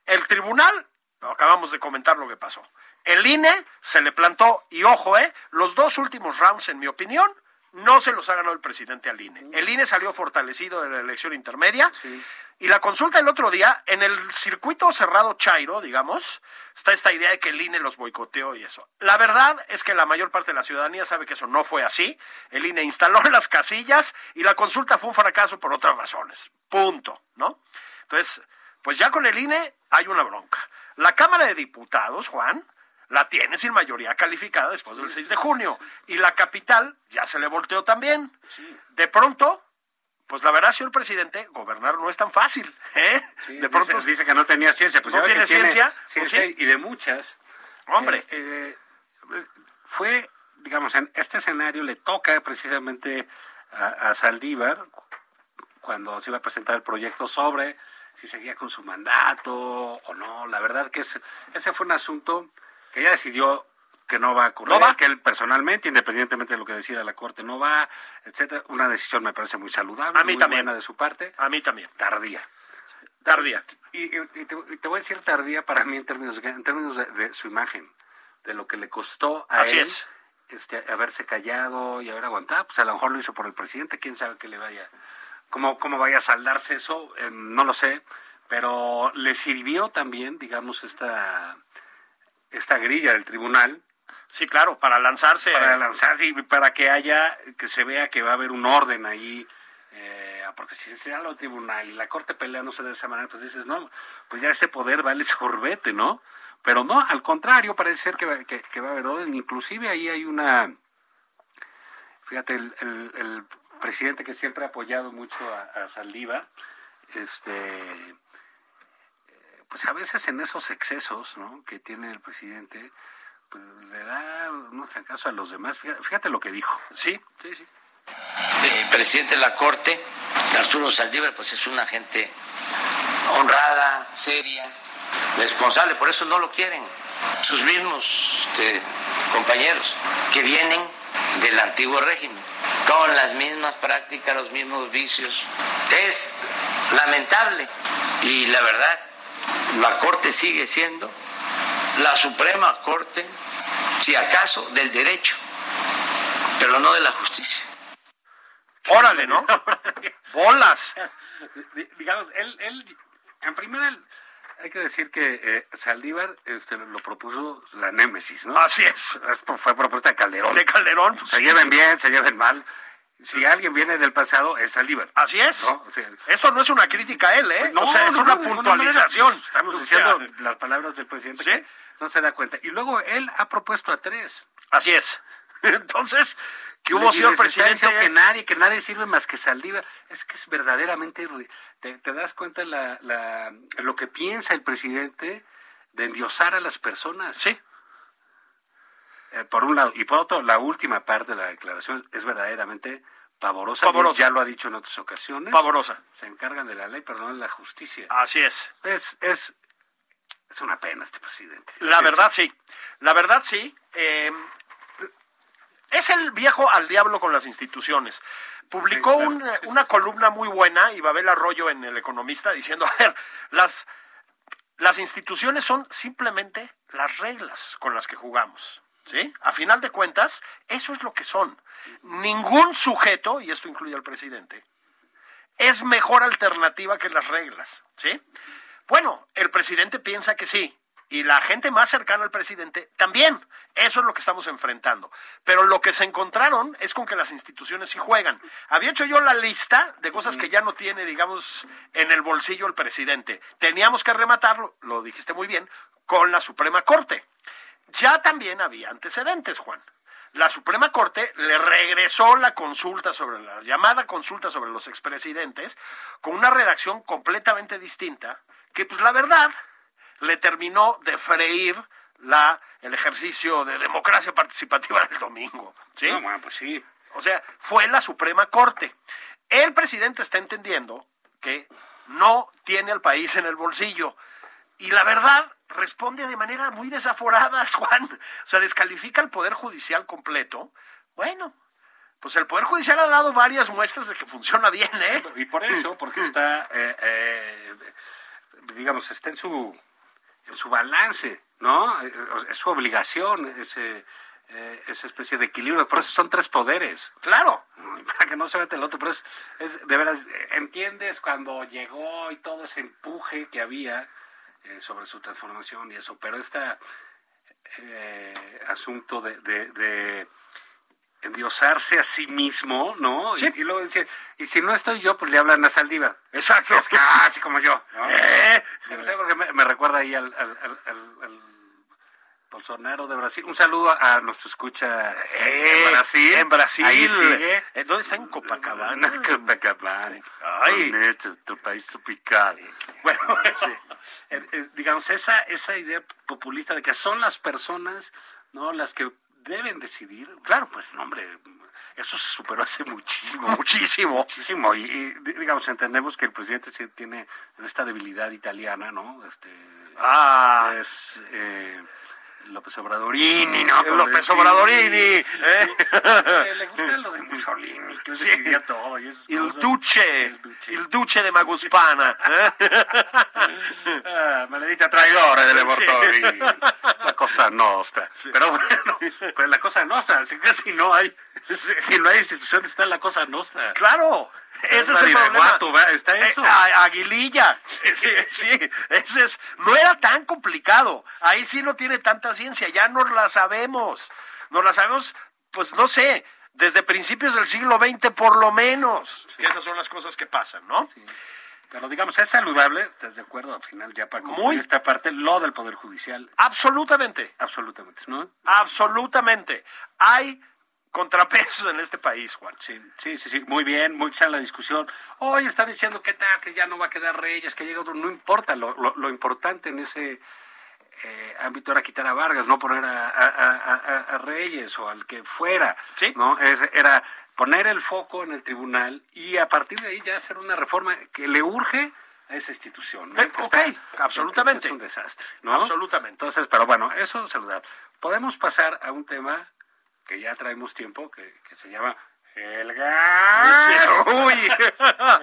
El tribunal, acabamos de comentar lo que pasó. El INE se le plantó, y ojo, ¿eh? Los dos últimos rounds, en mi opinión, no se los ha ganado el presidente al INE. El INE salió fortalecido de la elección intermedia. Y la consulta el otro día, en el circuito cerrado Chairo, digamos, está esta idea de que el INE los boicoteó y eso. La verdad es que la mayor parte de la ciudadanía sabe que eso no fue así. El INE instaló las casillas y la consulta fue un fracaso por otras razones. Punto, ¿no? Entonces, pues ya con el INE hay una bronca. La Cámara de Diputados, Juan, la tiene sin mayoría calificada después del 6 de junio. Y la capital ya se le volteó también. De pronto, pues la verdad, señor presidente, gobernar no es tan fácil. ¿eh? de pronto, dice, dice que no tenía ciencia. Pues ¿No ya ve tiene que ciencia? Pues ciencia sí. y de muchas. hombre, Eh, eh, fue, digamos, en este escenario le toca precisamente a, a Saldívar cu- cuando se iba a presentar el proyecto sobre si seguía con su mandato o no. La verdad que es- ese fue un asunto que ya decidió que no va a ocurrir, No va. que él personalmente, independientemente de lo que decida la corte, no va, etcétera. Una decisión me parece muy saludable, A mí muy también. buena de su parte, a mí también. tardía. Tardía. Y, y- y te, y te voy a decir tardía para mí en términos, en términos de, de su imagen, de lo que le costó a Así él es. este, haberse callado y haber aguantado. Pues a lo mejor lo hizo por el presidente, quién sabe qué le vaya, cómo, cómo vaya a saldarse eso, eh, no lo sé. Pero le sirvió también, digamos, esta, esta grilla del tribunal Sí, claro, para lanzarse. para lanzarse y para que haya, que se vea que va a haber un orden ahí. eh, porque si se da al tribunal y la corte peleándose de esa manera, pues dices, no, pues ya ese poder vale sorbete, ¿no? Pero no, al contrario, parece ser que va, que, que va a haber orden. Inclusive ahí hay una... Fíjate, el, el- el presidente que siempre ha apoyado mucho a, a Saldívar, este pues a veces en esos excesos ¿no? que tiene el presidente, pues, le da unos fracasos a los demás. Fíjate, fíjate lo que dijo. Sí, sí, sí. El presidente de la Corte, Arturo Saldívar, pues es una gente honrada, seria, responsable, por eso no lo quieren. Sus mismos este, compañeros que vienen del antiguo régimen, con las mismas prácticas, los mismos vicios. Es lamentable y la verdad, la Corte sigue siendo la Suprema Corte, si acaso, del derecho, pero no de la justicia. Órale, ¿no? Bolas. Di- Digamos, él, él, en primera, él- hay que decir que eh, Saldívar este, lo propuso la némesis, ¿no? Así es. Esto fue propuesta de Calderón. De Calderón, pues, Se lleven bien, se lleven mal. Si alguien viene del pasado, es Saldívar. así es. No, o sea, Esto no es una crítica a él, ¿eh? No, o sea, es no, una de ninguna puntualización. manera. pues, Estamos O sea, diciendo las palabras del presidente ¿Sí? que no se da cuenta. Y luego él ha propuesto a tres. así es. Entonces, que Y hubo, les señor está presidente? diciendo que nadie, que nadie sirve más que Saldívar. Es que es verdaderamente, ri- te, te das cuenta la, la- lo que piensa el presidente de endiosar a las personas. Sí, Eh, por un lado. Y por otro, la última parte de la declaración es verdaderamente pavorosa. Pavorosa. Ya lo ha dicho en otras ocasiones. pavorosa. Se encargan de la ley, pero no de la justicia. Así es. Es, es, es una pena este presidente. La verdad sí, la verdad sí. eh, es el viejo al diablo con las instituciones. Publicó Sí, claro, un- eh, sí, sí, una columna muy buena, Ibabel Arroyo en El Economista, diciendo, a ver, las, las instituciones son simplemente las reglas con las que jugamos. ¿Sí? A final de cuentas, eso es lo que son. Ningún sujeto, y esto incluye al presidente, es mejor alternativa que las reglas, ¿sí? Bueno, el presidente piensa que sí. Y la gente más cercana al presidente también. Eso es lo que estamos enfrentando. Pero lo que se encontraron es con que las instituciones sí juegan. Había hecho yo la lista de cosas que ya no tiene, digamos, en el bolsillo el presidente. Teníamos que rematarlo, lo dijiste muy bien, con la Suprema Corte. Ya también había antecedentes, Juan. La Suprema Corte le regresó la consulta sobre la llamada consulta sobre los expresidentes con una redacción completamente distinta que pues la verdad le terminó de freír la el ejercicio de democracia participativa del domingo, ¿sí? No, bueno, pues sí. O sea, fue la Suprema Corte. El presidente está entendiendo que no tiene al país en el bolsillo. Y la verdad responde de manera muy desaforada, Juan. O sea, descalifica al Poder Judicial completo. Bueno, pues el Poder Judicial ha dado varias muestras de que funciona bien, ¿eh? Y por eso, porque está, eh, eh, digamos, está en su, en su balance, ¿no? Eh, eh, Es su obligación, ese, eh, esa especie de equilibrio. Por eso son tres poderes. Claro. para que no se meta el otro, pero es, es de veras, eh, entiendes cuando llegó y todo ese empuje que había eh, sobre su transformación y eso, pero este asunto de, de- de endiosarse a sí mismo, ¿no? Sí. Y, y luego dice, y si no estoy yo, pues le hablan a Saldívar. Exacto. Es casi como yo, ¿no? ¿Eh? No sé, porque me, me recuerda ahí al, al- al- al- al Bolsonaro de Brasil. Un saludo a nuestro escucha Eh, en Brasil. En Brasil. Ahí sigue. ¿Eh, ¿Dónde está? En Copacabana. Copacabana. Ay. Bonito, tu país tropical. Bueno, eh, eh, digamos, esa, esa idea populista de que son las personas no las que deben decidir. Claro, pues, no, hombre, eso se superó hace muchísimo. Muchísimo. Muchísimo, y, y, di- digamos, entendemos que el presidente sí tiene esta debilidad italiana, ¿no? Este, Ah. es eh, López Obradorini, ¿no? Por López decir. Obradorini. ¿eh? Eh, Le gusta lo de Mussolini, que Sí. decidía todo. Y esas Il cosas. Duce. Il Duce. Il Duce de Maguspana. ¿eh? Ah, maledita traidora delle Sì. Bortolini. La cosa nostra. Pero bueno, pues la cosa nostra, si casi no hay, si no hay instituciones, está la cosa nostra. Claro, ese es el Nadie de problema. guato, ¿verdad? Está Eh, eso. a- aguililla. Sí, sí, ese es. No era tan complicado. Ahí sí no tiene tanta ciencia. Ya nos la sabemos. Nos la sabemos, pues no sé, desde principios del siglo XX por lo menos. Que esas son las cosas que pasan, ¿no? Pero digamos, es saludable, ¿estás de acuerdo? Al final, ya para concluir Muy. esta parte, lo del Poder Judicial, Absolutamente. absolutamente, ¿no? Absolutamente. Hay contrapesos en este país, Juan. Sí, sí, sí, sí, muy bien, mucha la discusión. Hoy está diciendo que tal, que ya no va a quedar Reyes, que llega otro, no importa, lo, lo- lo importante en ese eh, ámbito era quitar a Vargas, no poner a, a- a- a- a Reyes o al que fuera. Sí. ¿no? Es- era poner el foco en el tribunal y a partir de ahí ya hacer una reforma que le urge a esa institución. ¿no? Te- Que ok, absolutamente. que- que Es un desastre. ¿no? Absolutamente. Entonces, pero bueno, eso saludar. Podemos pasar a un tema que ya traemos tiempo, que, que se llama el gas. Uy.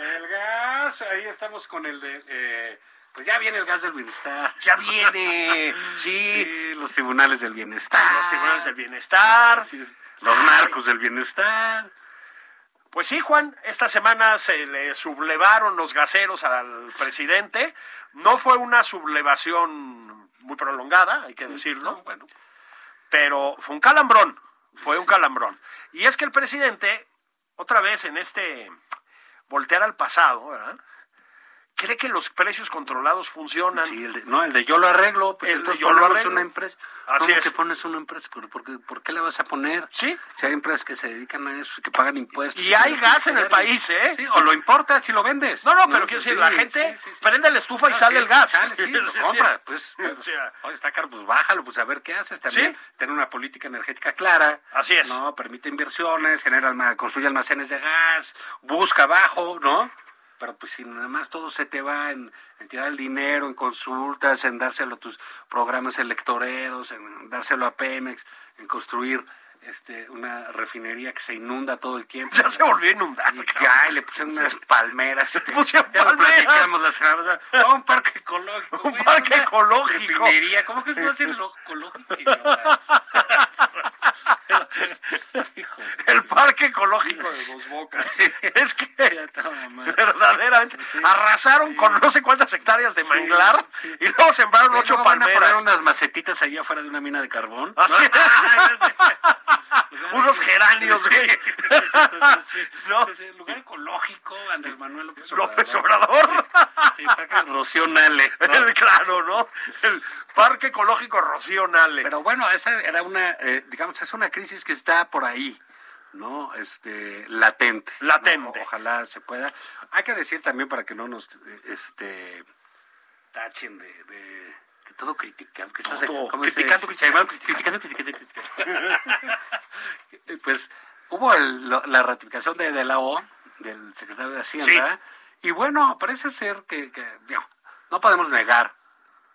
El gas, ahí estamos con el de... eh, pues ya viene el gas del bienestar. Ya viene. Sí. Sí, los tribunales del bienestar. Los tribunales del bienestar. Así es. Los narcos del bienestar. Pues sí, Juan, esta semana se le sublevaron los gaseros al presidente. No fue una sublevación muy prolongada, hay que decirlo. No, bueno. pero fue un calambrón, fue un calambrón. Y es que el presidente, otra vez en este voltear al pasado, ¿verdad? cree que los precios controlados funcionan. Sí, el de, no, el de yo lo arreglo, pues El de entonces yo lo ponemos arreglo. una empresa. Así ¿Cómo es. que pones una empresa? ¿Por, por, qué- por qué la vas a poner? Sí. Si hay empresas que se dedican a eso, que pagan impuestos. Y hay que- gas en el que- país, ¿eh? Sí, o lo importas y lo vendes. No, no, pero quiero decir, la sí, gente sí, sí, sí. prende la estufa y Ah, sale sí, el gas. Sale, sí, lo Sí, sí. compra, pues. O sea, Oye, está caro, pues bájalo, pues a ver qué haces también. Sí. Tener una política energética clara. Así es. No, permite inversiones, genera, alma- construye almacenes de gas, busca abajo, ¿no? Pero pues si nada más todo se te va en, en tirar el dinero, en consultas, en dárselo a tus programas electoreros, en dárselo a Pemex, en construir este una refinería que se inunda todo el tiempo. ya se volvió a inundar. Y cabrón. ya, y le pusieron unas palmeras. este, pusieron ya lo palmeras. platicamos la semana pasada. Ah, un parque ecológico. Un güey, parque una ecológico. refinería. ¿Cómo que se va a hacer lo ecológico? idiota? Hijo de- El parque ecológico de Dos Bocas. Es que Ya está, mamá. verdaderamente Sí. arrasaron con no sé cuántas hectáreas de manglar sí. y luego sembraron Pero ocho no, van a palmeras. poner unas macetitas allá afuera de una mina de carbón. Así es. Ah, Unos geranios, güey. Sí, sí, sí, sí. No. Sí, sí, Lugar ecológico, Andrés Manuel López Obrador. López Obrador. Sí, parque de Rocío Nale, ¿no? El- claro, ¿no? El Parque Ecológico Rocío Nale. Pero bueno, esa era una, eh, digamos, es una crisis que está por ahí, ¿no? Este, latente. ¿no? Latente. Ojalá se pueda. Hay que decir también para que no nos, eh, este, tachen de, de- que todo criticando, que estás Todo, ¿cómo criticando, dice? criticando, criticando, criticando. Eh, pues hubo el- lo- la ratificación de, de la O, del secretario de Hacienda, y bueno, parece ser que, que, digo, no podemos negar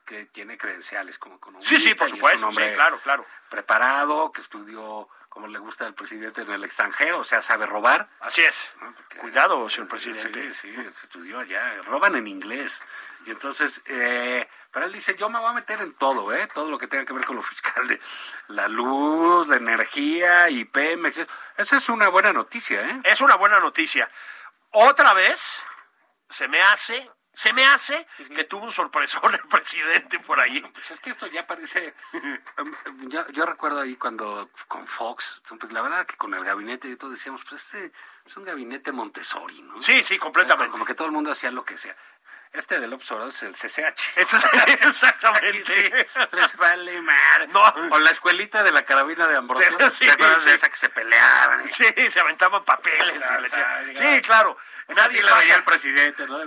que tiene credenciales como economista. sí, sí, por y es un supuesto. Sí, hombre claro, claro. Preparado, que estudió como le gusta al presidente en el extranjero, o sea, sabe robar. Así es. ¿no? Porque- Cuidado, señor Sí, presidente. Sí, se estudió allá, roban en inglés. Y entonces, eh, pero él dice, yo me voy a meter en todo, ¿eh? Todo lo que tenga que ver con lo fiscal, de la luz, la energía y Pemex. Esa es una buena noticia, ¿eh? Es una buena noticia. Otra vez se me hace, se me hace que tuvo un sorpresón el presidente por ahí. Pues es que esto ya parece. em, em, yo, yo recuerdo ahí cuando con Fox, pues la verdad que con el gabinete y todo decíamos, pues este es un gabinete Montessori, ¿no? Sí, sí, completamente. Como que todo el mundo hacía lo que sea. Este del Observador es el CCH. Eso es- exactamente. Sí, les vale mar. No. O la escuelita de la carabina de Ambrosio. Sí, ¿Te acuerdas sí. de esa que se peleaban? y- Sí, se aventaban papeles. y Esa, le decían- esa, sí, claro. Esa Nadie sí la veía pasa, el presidente, ¿no?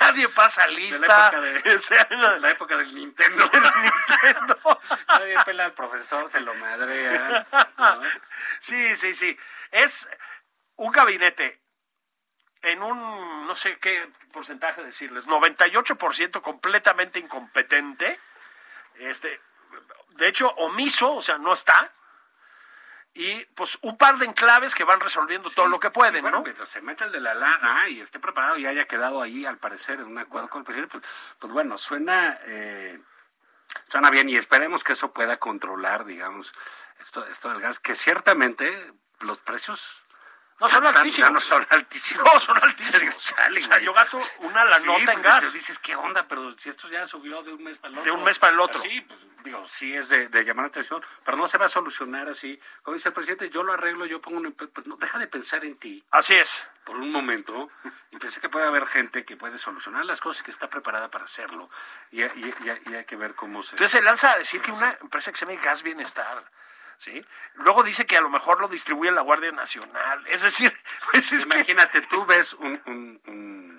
nadie pasa lista. época de- O sea, En la época del Nintendo. Nadie pela al profesor, se lo madrea. ¿no? Sí, sí, sí. Es un gabinete en un, no sé qué porcentaje decirles, 98% completamente incompetente. Este, de hecho, omiso, o sea, no está. Y pues un par de enclaves que van resolviendo todo lo que Y pueden, bueno, ¿no? mientras se meta el de la lana y esté preparado y haya quedado ahí, al parecer, en un acuerdo con el presidente, pues, pues bueno, suena, eh, suena bien y esperemos que eso pueda controlar, digamos, esto, esto del gas, que ciertamente los precios No son están- altísimos. No son altísimos. No, son altísimos. Chale, O sea, güey. yo gasto una la Sí, nota pues, en gas. te dices, ¿qué onda? Pero si esto ya subió de un mes para el otro. De un mes para el otro. Sí, pues, digo, sí es de, de llamar la atención, pero no se va a solucionar así. Como dice el presidente, yo lo arreglo, yo pongo un... empe- Pues no, deja de pensar en ti Así es. por un momento y pensé que puede haber gente que puede solucionar las cosas y que está preparada para hacerlo. Y, y- y- y hay que ver cómo se... Entonces se lanza a decir que una empresa que se llama Gas Bienestar, ¿sí? Luego dice que a lo mejor lo distribuye la Guardia Nacional. Es decir, pues es que- Imagínate, tú ves un, un- un,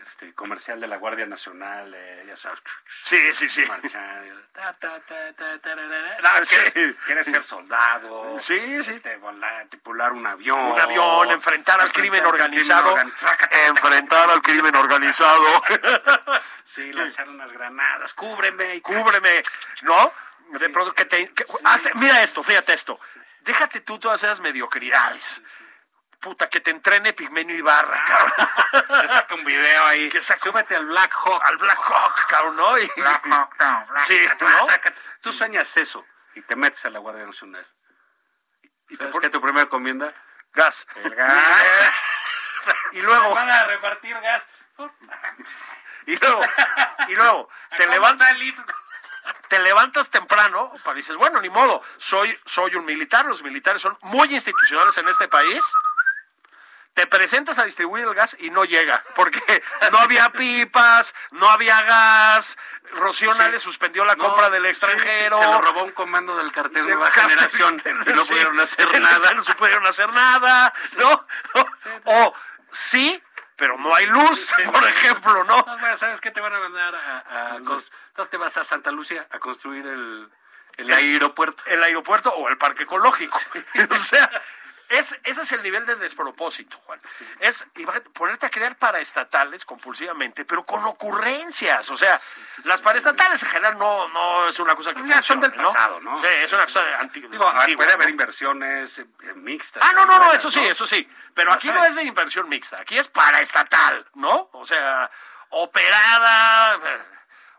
este, comercial de la Guardia Nacional, eh, ya sabes, Sí, sí, sí. marchando, ta, ta, ta, ta, tararara. No, Sí. quieres, quieres ser soldado, Sí, sí. este, volar, tripular un avión, Un avión, enfrentar al crimen organizado. crimen organi- Enfrentar al crimen organizado. sí, lanzar unas granadas, cúbreme, y- Cúbreme, ¿no? De pronto que te. que- hazte- mira esto, fíjate esto. Déjate tú todas esas mediocridades. Puta, que te entrene Pigmenio Ibarra, cabrón. Ah. Que saca un video ahí, Que saca- súbete al Black Hawk, Al Black Hawk, cabrón, ¿no? Y- Sí, ¿no? Tú sueñas eso y te metes a la Guardia Nacional. Y te ¿Sabes pon- qué tu primera encomienda? Gas. El gas. Y luego, Van a repartir gas. y luego, y luego, te levantas. el litro. te levantas temprano, para dices, bueno, ni modo, soy, soy un militar, los militares son muy institucionales en este país. Te presentas a distribuir el gas y no llega, porque no había pipas, no había gas, Rocío Nale suspendió la No, compra del sí, extranjero. sí, se lo robó un comando del cartel De Nueva bajar- Generación y no Sí, pudieron hacer nada. No se pudieron hacer nada, ¿no? O sí, pero no hay luz, por ejemplo, ¿no? No, bueno, ¿Sabes qué te van a mandar? A, a- a cons- Entonces te vas a Santa Lucía a construir el, el aeropuerto. el aeropuerto o el parque ecológico. o sea, es, ese es el nivel de despropósito, Juan. Es imagínate, ponerte a crear paraestatales compulsivamente, pero con ocurrencias. O sea, las paraestatales en general no, no es una cosa que Ya son funcione, del pasado, ¿no? Sí, es una cosa anti- Digo, a ver, antigua, puede haber ¿no? inversiones eh, eh, mixtas. Ah, no, no, no, buenas, eso sí, eso sí. Pero No aquí no sabe. es de inversión mixta, aquí es paraestatal, ¿no? O sea, operada. eh,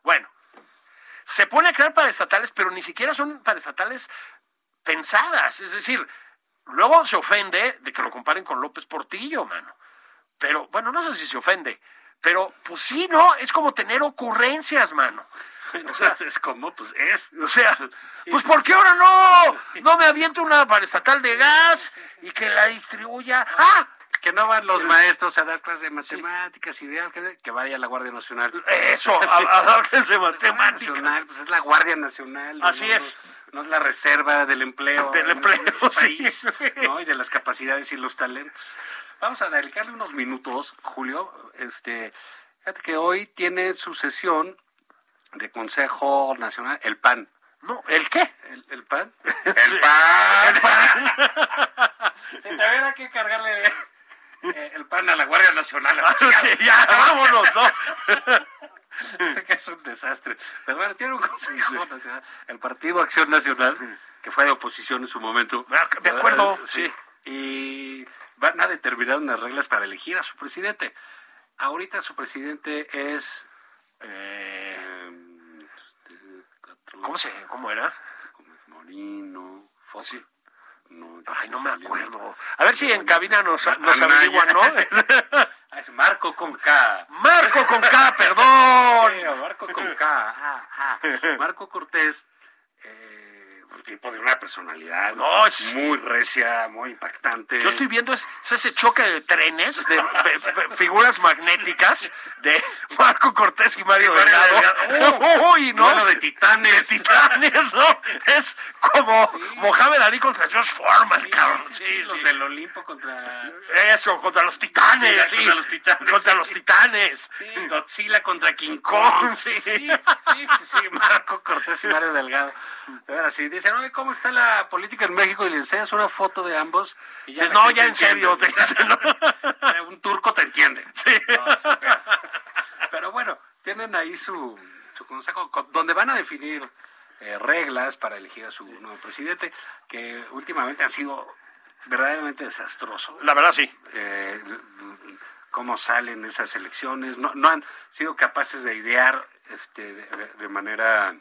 Bueno, se pone a crear paraestatales, pero ni siquiera son paraestatales pensadas. Es decir, luego se ofende de que lo comparen con López Portillo, mano. Pero, bueno, no sé si se ofende. Pero, pues sí, ¿no? Es como tener ocurrencias, mano. O sea, Entonces, ¿cómo? Pues es. o sea, pues ¿por qué ahora no? No me aviento una paraestatal de gas y que la distribuya. ¡Ah! Que no van los maestros a dar clases de matemáticas y de álgebra, que vaya a la Guardia Nacional. Eso, a, a dar clase de La Guardia matemáticas. Nacional, pues es la Guardia Nacional. ¿no? Así No- es. No, es la reserva del empleo. Del ¿no? empleo, Del sí. país, ¿no? Y de las capacidades y los talentos. Vamos a dedicarle unos minutos, Julio. Este, fíjate que hoy tiene su sesión de Consejo Nacional, el PAN. No, ¿el qué? ¿El, el PAN? El pan. Se te verá que cargarle eh, el PAN a la Guardia Nacional. a la Ah, Sí, ya, vámonos, ¿no? que es un desastre. Pero bueno, tiene un consejo nacional. El Partido Acción Nacional, que fue de oposición en su momento. Me ac- me Ah, acuerdo, sí. Y van a determinar unas reglas para elegir a su presidente. Ahorita su presidente es... Em, eh, este, ¿Cómo, se, ¿Cómo era? Gómez Morino, Fox. No, ya Ay, se no me salió. acuerdo. A ver si en cabina nos, nos Anaya. averiguan, ¿no? Ah, Es Marco con K. Marco con K, perdón. Sí, a Marco con K. Ah, ah. Marco Cortés, eh, un tipo de una personalidad No, es- muy recia, muy impactante. Yo estoy viendo es, es ese choque de trenes, de pe- pe- figuras magnéticas de Marco Cortés y Mario Y Mario Delgado. Delgado. Uy, no. Duelo de titanes. De titanes, ¿no? Es como Mohamed Ali contra George Foreman, Sí, cabrón. Sí, sí, sí. sí, los del Olimpo contra Eso, contra los titanes. sí. Sí, contra los titanes, Contra sí. los titanes. sí, Godzilla contra King Kong, Kong. sí. sí, sí, sí, Marco Cortés y Mario Delgado. De ver, así dicen, oye, ¿cómo está la política en México? Y le enseñas una foto de ambos. Y Dices, la no, gente ya en entiende. serio. te dicen, ¿no? Eh, un turco te entiende. No, sí, pero, pero bueno, tienen ahí su, su consejo, co- donde van a definir eh, reglas para elegir a su nuevo presidente, que últimamente ha sido verdaderamente desastroso. La verdad, sí. Eh, cómo salen esas elecciones, no, no han sido capaces de idear este, de- de- de manera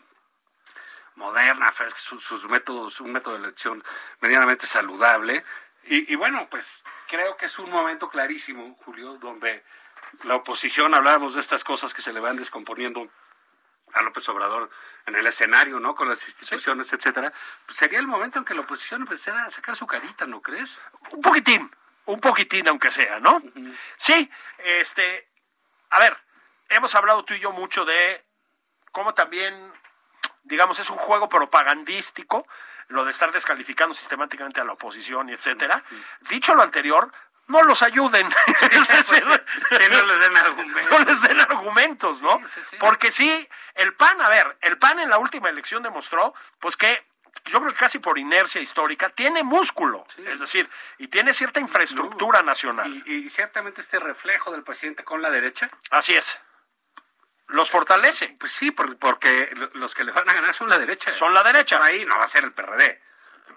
moderna, fresca, su- sus métodos, un método de elección medianamente saludable. Y, y bueno, pues creo que es un momento clarísimo, Julio, donde la oposición, hablábamos de estas cosas que se le van descomponiendo a López Obrador en el escenario, ¿no? Con las instituciones, etcétera. Pues sería el momento en que la oposición empezara a sacar su carita, ¿no crees? un poquitín, un poquitín aunque sea, ¿no? Sí, este, a ver, hemos hablado tú y yo mucho de cómo también, digamos, es un juego propagandístico lo de estar descalificando sistemáticamente a la oposición y etcétera. Dicho lo anterior, no los ayuden. pues, que no les den argumentos. No les den argumentos, ¿no? Sí, sí, sí. Porque sí, el PAN, a ver, el PAN en la última elección demostró, pues que yo creo que casi por inercia histórica, tiene músculo, es decir, y tiene cierta infraestructura nacional. Y, y ciertamente este reflejo del presidente con la derecha, Así es. Los fortalece. pues sí, por- porque lo- los que le van a ganar son la derecha. Son la derecha. Por ahí no va a ser el PRD.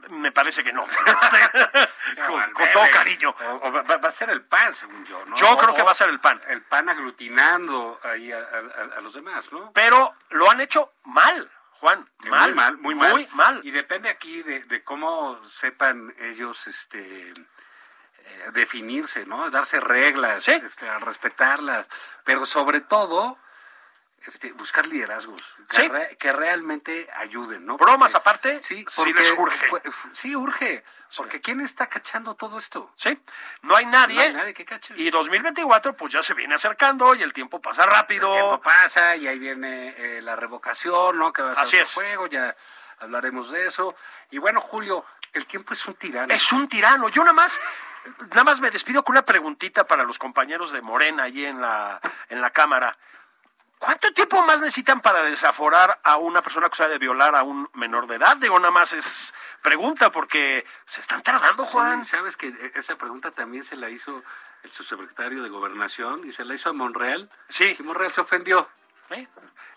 Me parece que no. Este, O con, al con todo verde. cariño. O- o va, va- va a ser el PAN, según yo, ¿no? Yo creo O- que va a ser el PAN. El PAN aglutinando ahí a, a- a- a los demás, ¿no? Pero lo han hecho mal, Juan. Mal, muy mal, muy mal. Muy mal. Y depende aquí de, de cómo sepan ellos este eh, definirse, ¿no? Darse reglas, Sí. este, a respetarlas, pero sobre todo este, buscar liderazgos que, Sí. re- que realmente ayuden, ¿no? Bromas aparte, sí, sí porque les urge. fue- fu- sí urge, porque ¿quién está cachando todo esto? Sí, no hay nadie. No hay nadie que cache. Y 2024 pues ya se viene acercando y el tiempo pasa rápido. El tiempo pasa y ahí viene eh, la revocación, ¿no? Que va a ser Así otro es. juego, ya hablaremos de eso. Y bueno, Julio, el tiempo es un tirano. Es un tirano. Yo nada más, nada más me despido con una preguntita para los compañeros de Morena allí en la, en la Cámara. ¿Cuánto tiempo más necesitan para desaforar a una persona acusada de violar a un menor de edad? Digo, nada más es pregunta porque se están tardando, Juan. Sí, Sabes que eh, esa pregunta también se la hizo el subsecretario de Gobernación y se la hizo a Monreal. Sí. Y Monreal se ofendió. ¿Eh?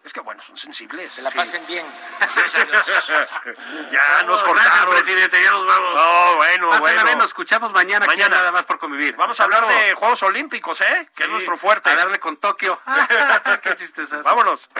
Es que, bueno, son sensibles. Se la pasen bien. Gracias a Dios. Ya nos cortaron. presidente, ya nos vamos. No, bueno, Pásala Ah, bueno. bien, nos escuchamos mañana, aquí Mañana. en nada más por convivir. Vamos a Hasta hablar luego. de Juegos Olímpicos, ¿eh? Que es Sí, nuestro fuerte. A darle con Tokio. Qué chistes hace. Vámonos.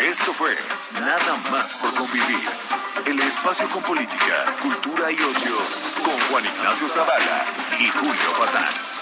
Esto fue Nada más por convivir. El espacio con política, cultura y ocio con Juan Ignacio Zavala y Julio Patán.